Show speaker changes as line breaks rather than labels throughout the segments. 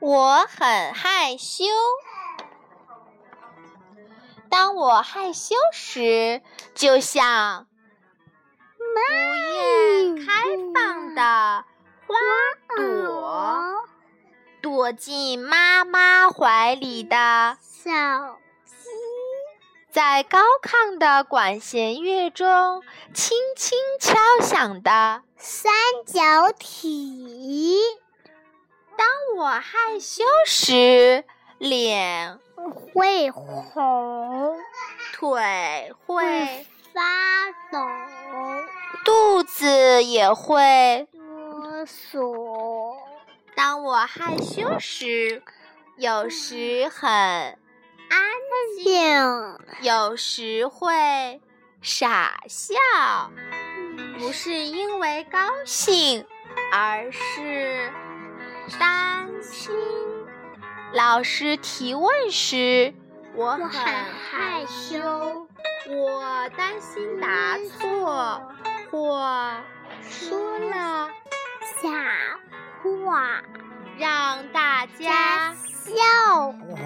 我很害羞。当我害羞时，就像不愿开放的花朵，躲进妈妈怀里的
小鸡，
在高亢的管弦乐中轻轻敲响的。
三角体，
当我害羞时，脸、
会红，
腿
嗯
会，
发抖，
肚子也会。
哆嗦，
当我害羞时，有时很，
静，
有时会傻笑，不是因为高兴，而是担心。老师提问时，我
我
很
很害
害
羞，
我担心答错或说了
傻话，
让大
加
家
笑话，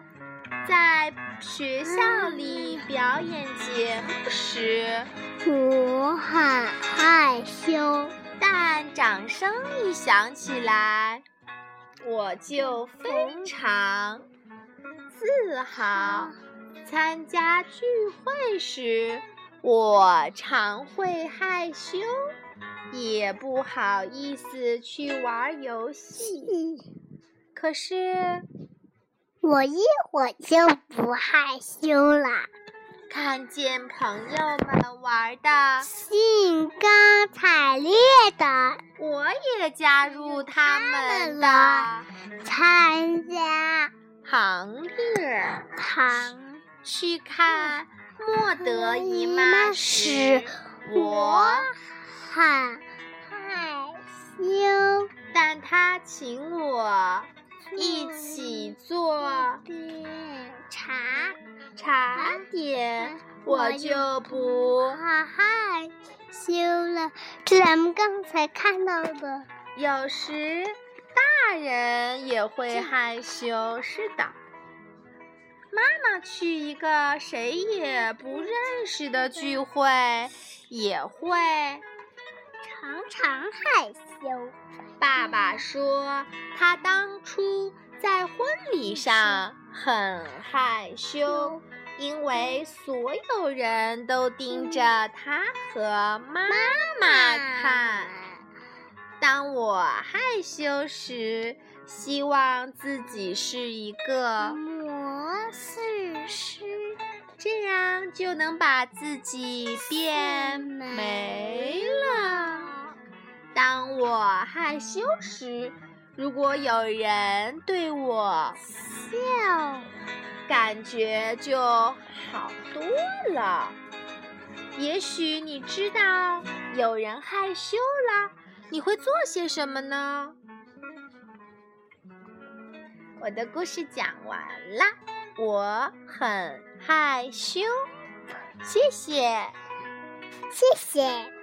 在学校里表演节目时，
我很害羞，
但掌声一响起来，我就非常自豪。参加聚会时，我常会害羞，也不好意思去玩游戏。可是
我一会儿就不害羞了。
看见朋友们玩的，
兴高采烈的
我也加入他们
他
的
参加
行列。
堂，
去看莫德姨
妈
妈时
时，
我，
很害羞。
但她请我一起做
点茶，
茶点，我就不
好害羞了。这咱们刚才看到的，
有时大人也会害羞，是的。妈妈去一个谁也不认识的聚会，也会。
常常害羞。
爸爸说，他当初在婚礼上很害羞，因为所有人都盯着他和妈妈看。当我害羞时，希望自己是一个，
模式师
这样就能把自己变没了。当我害羞时，如果有人对我
笑。
感觉就好多了。也许你知道有人害羞了，你会做些什么呢？我的故事讲完了，我很害羞，谢谢。
谢谢。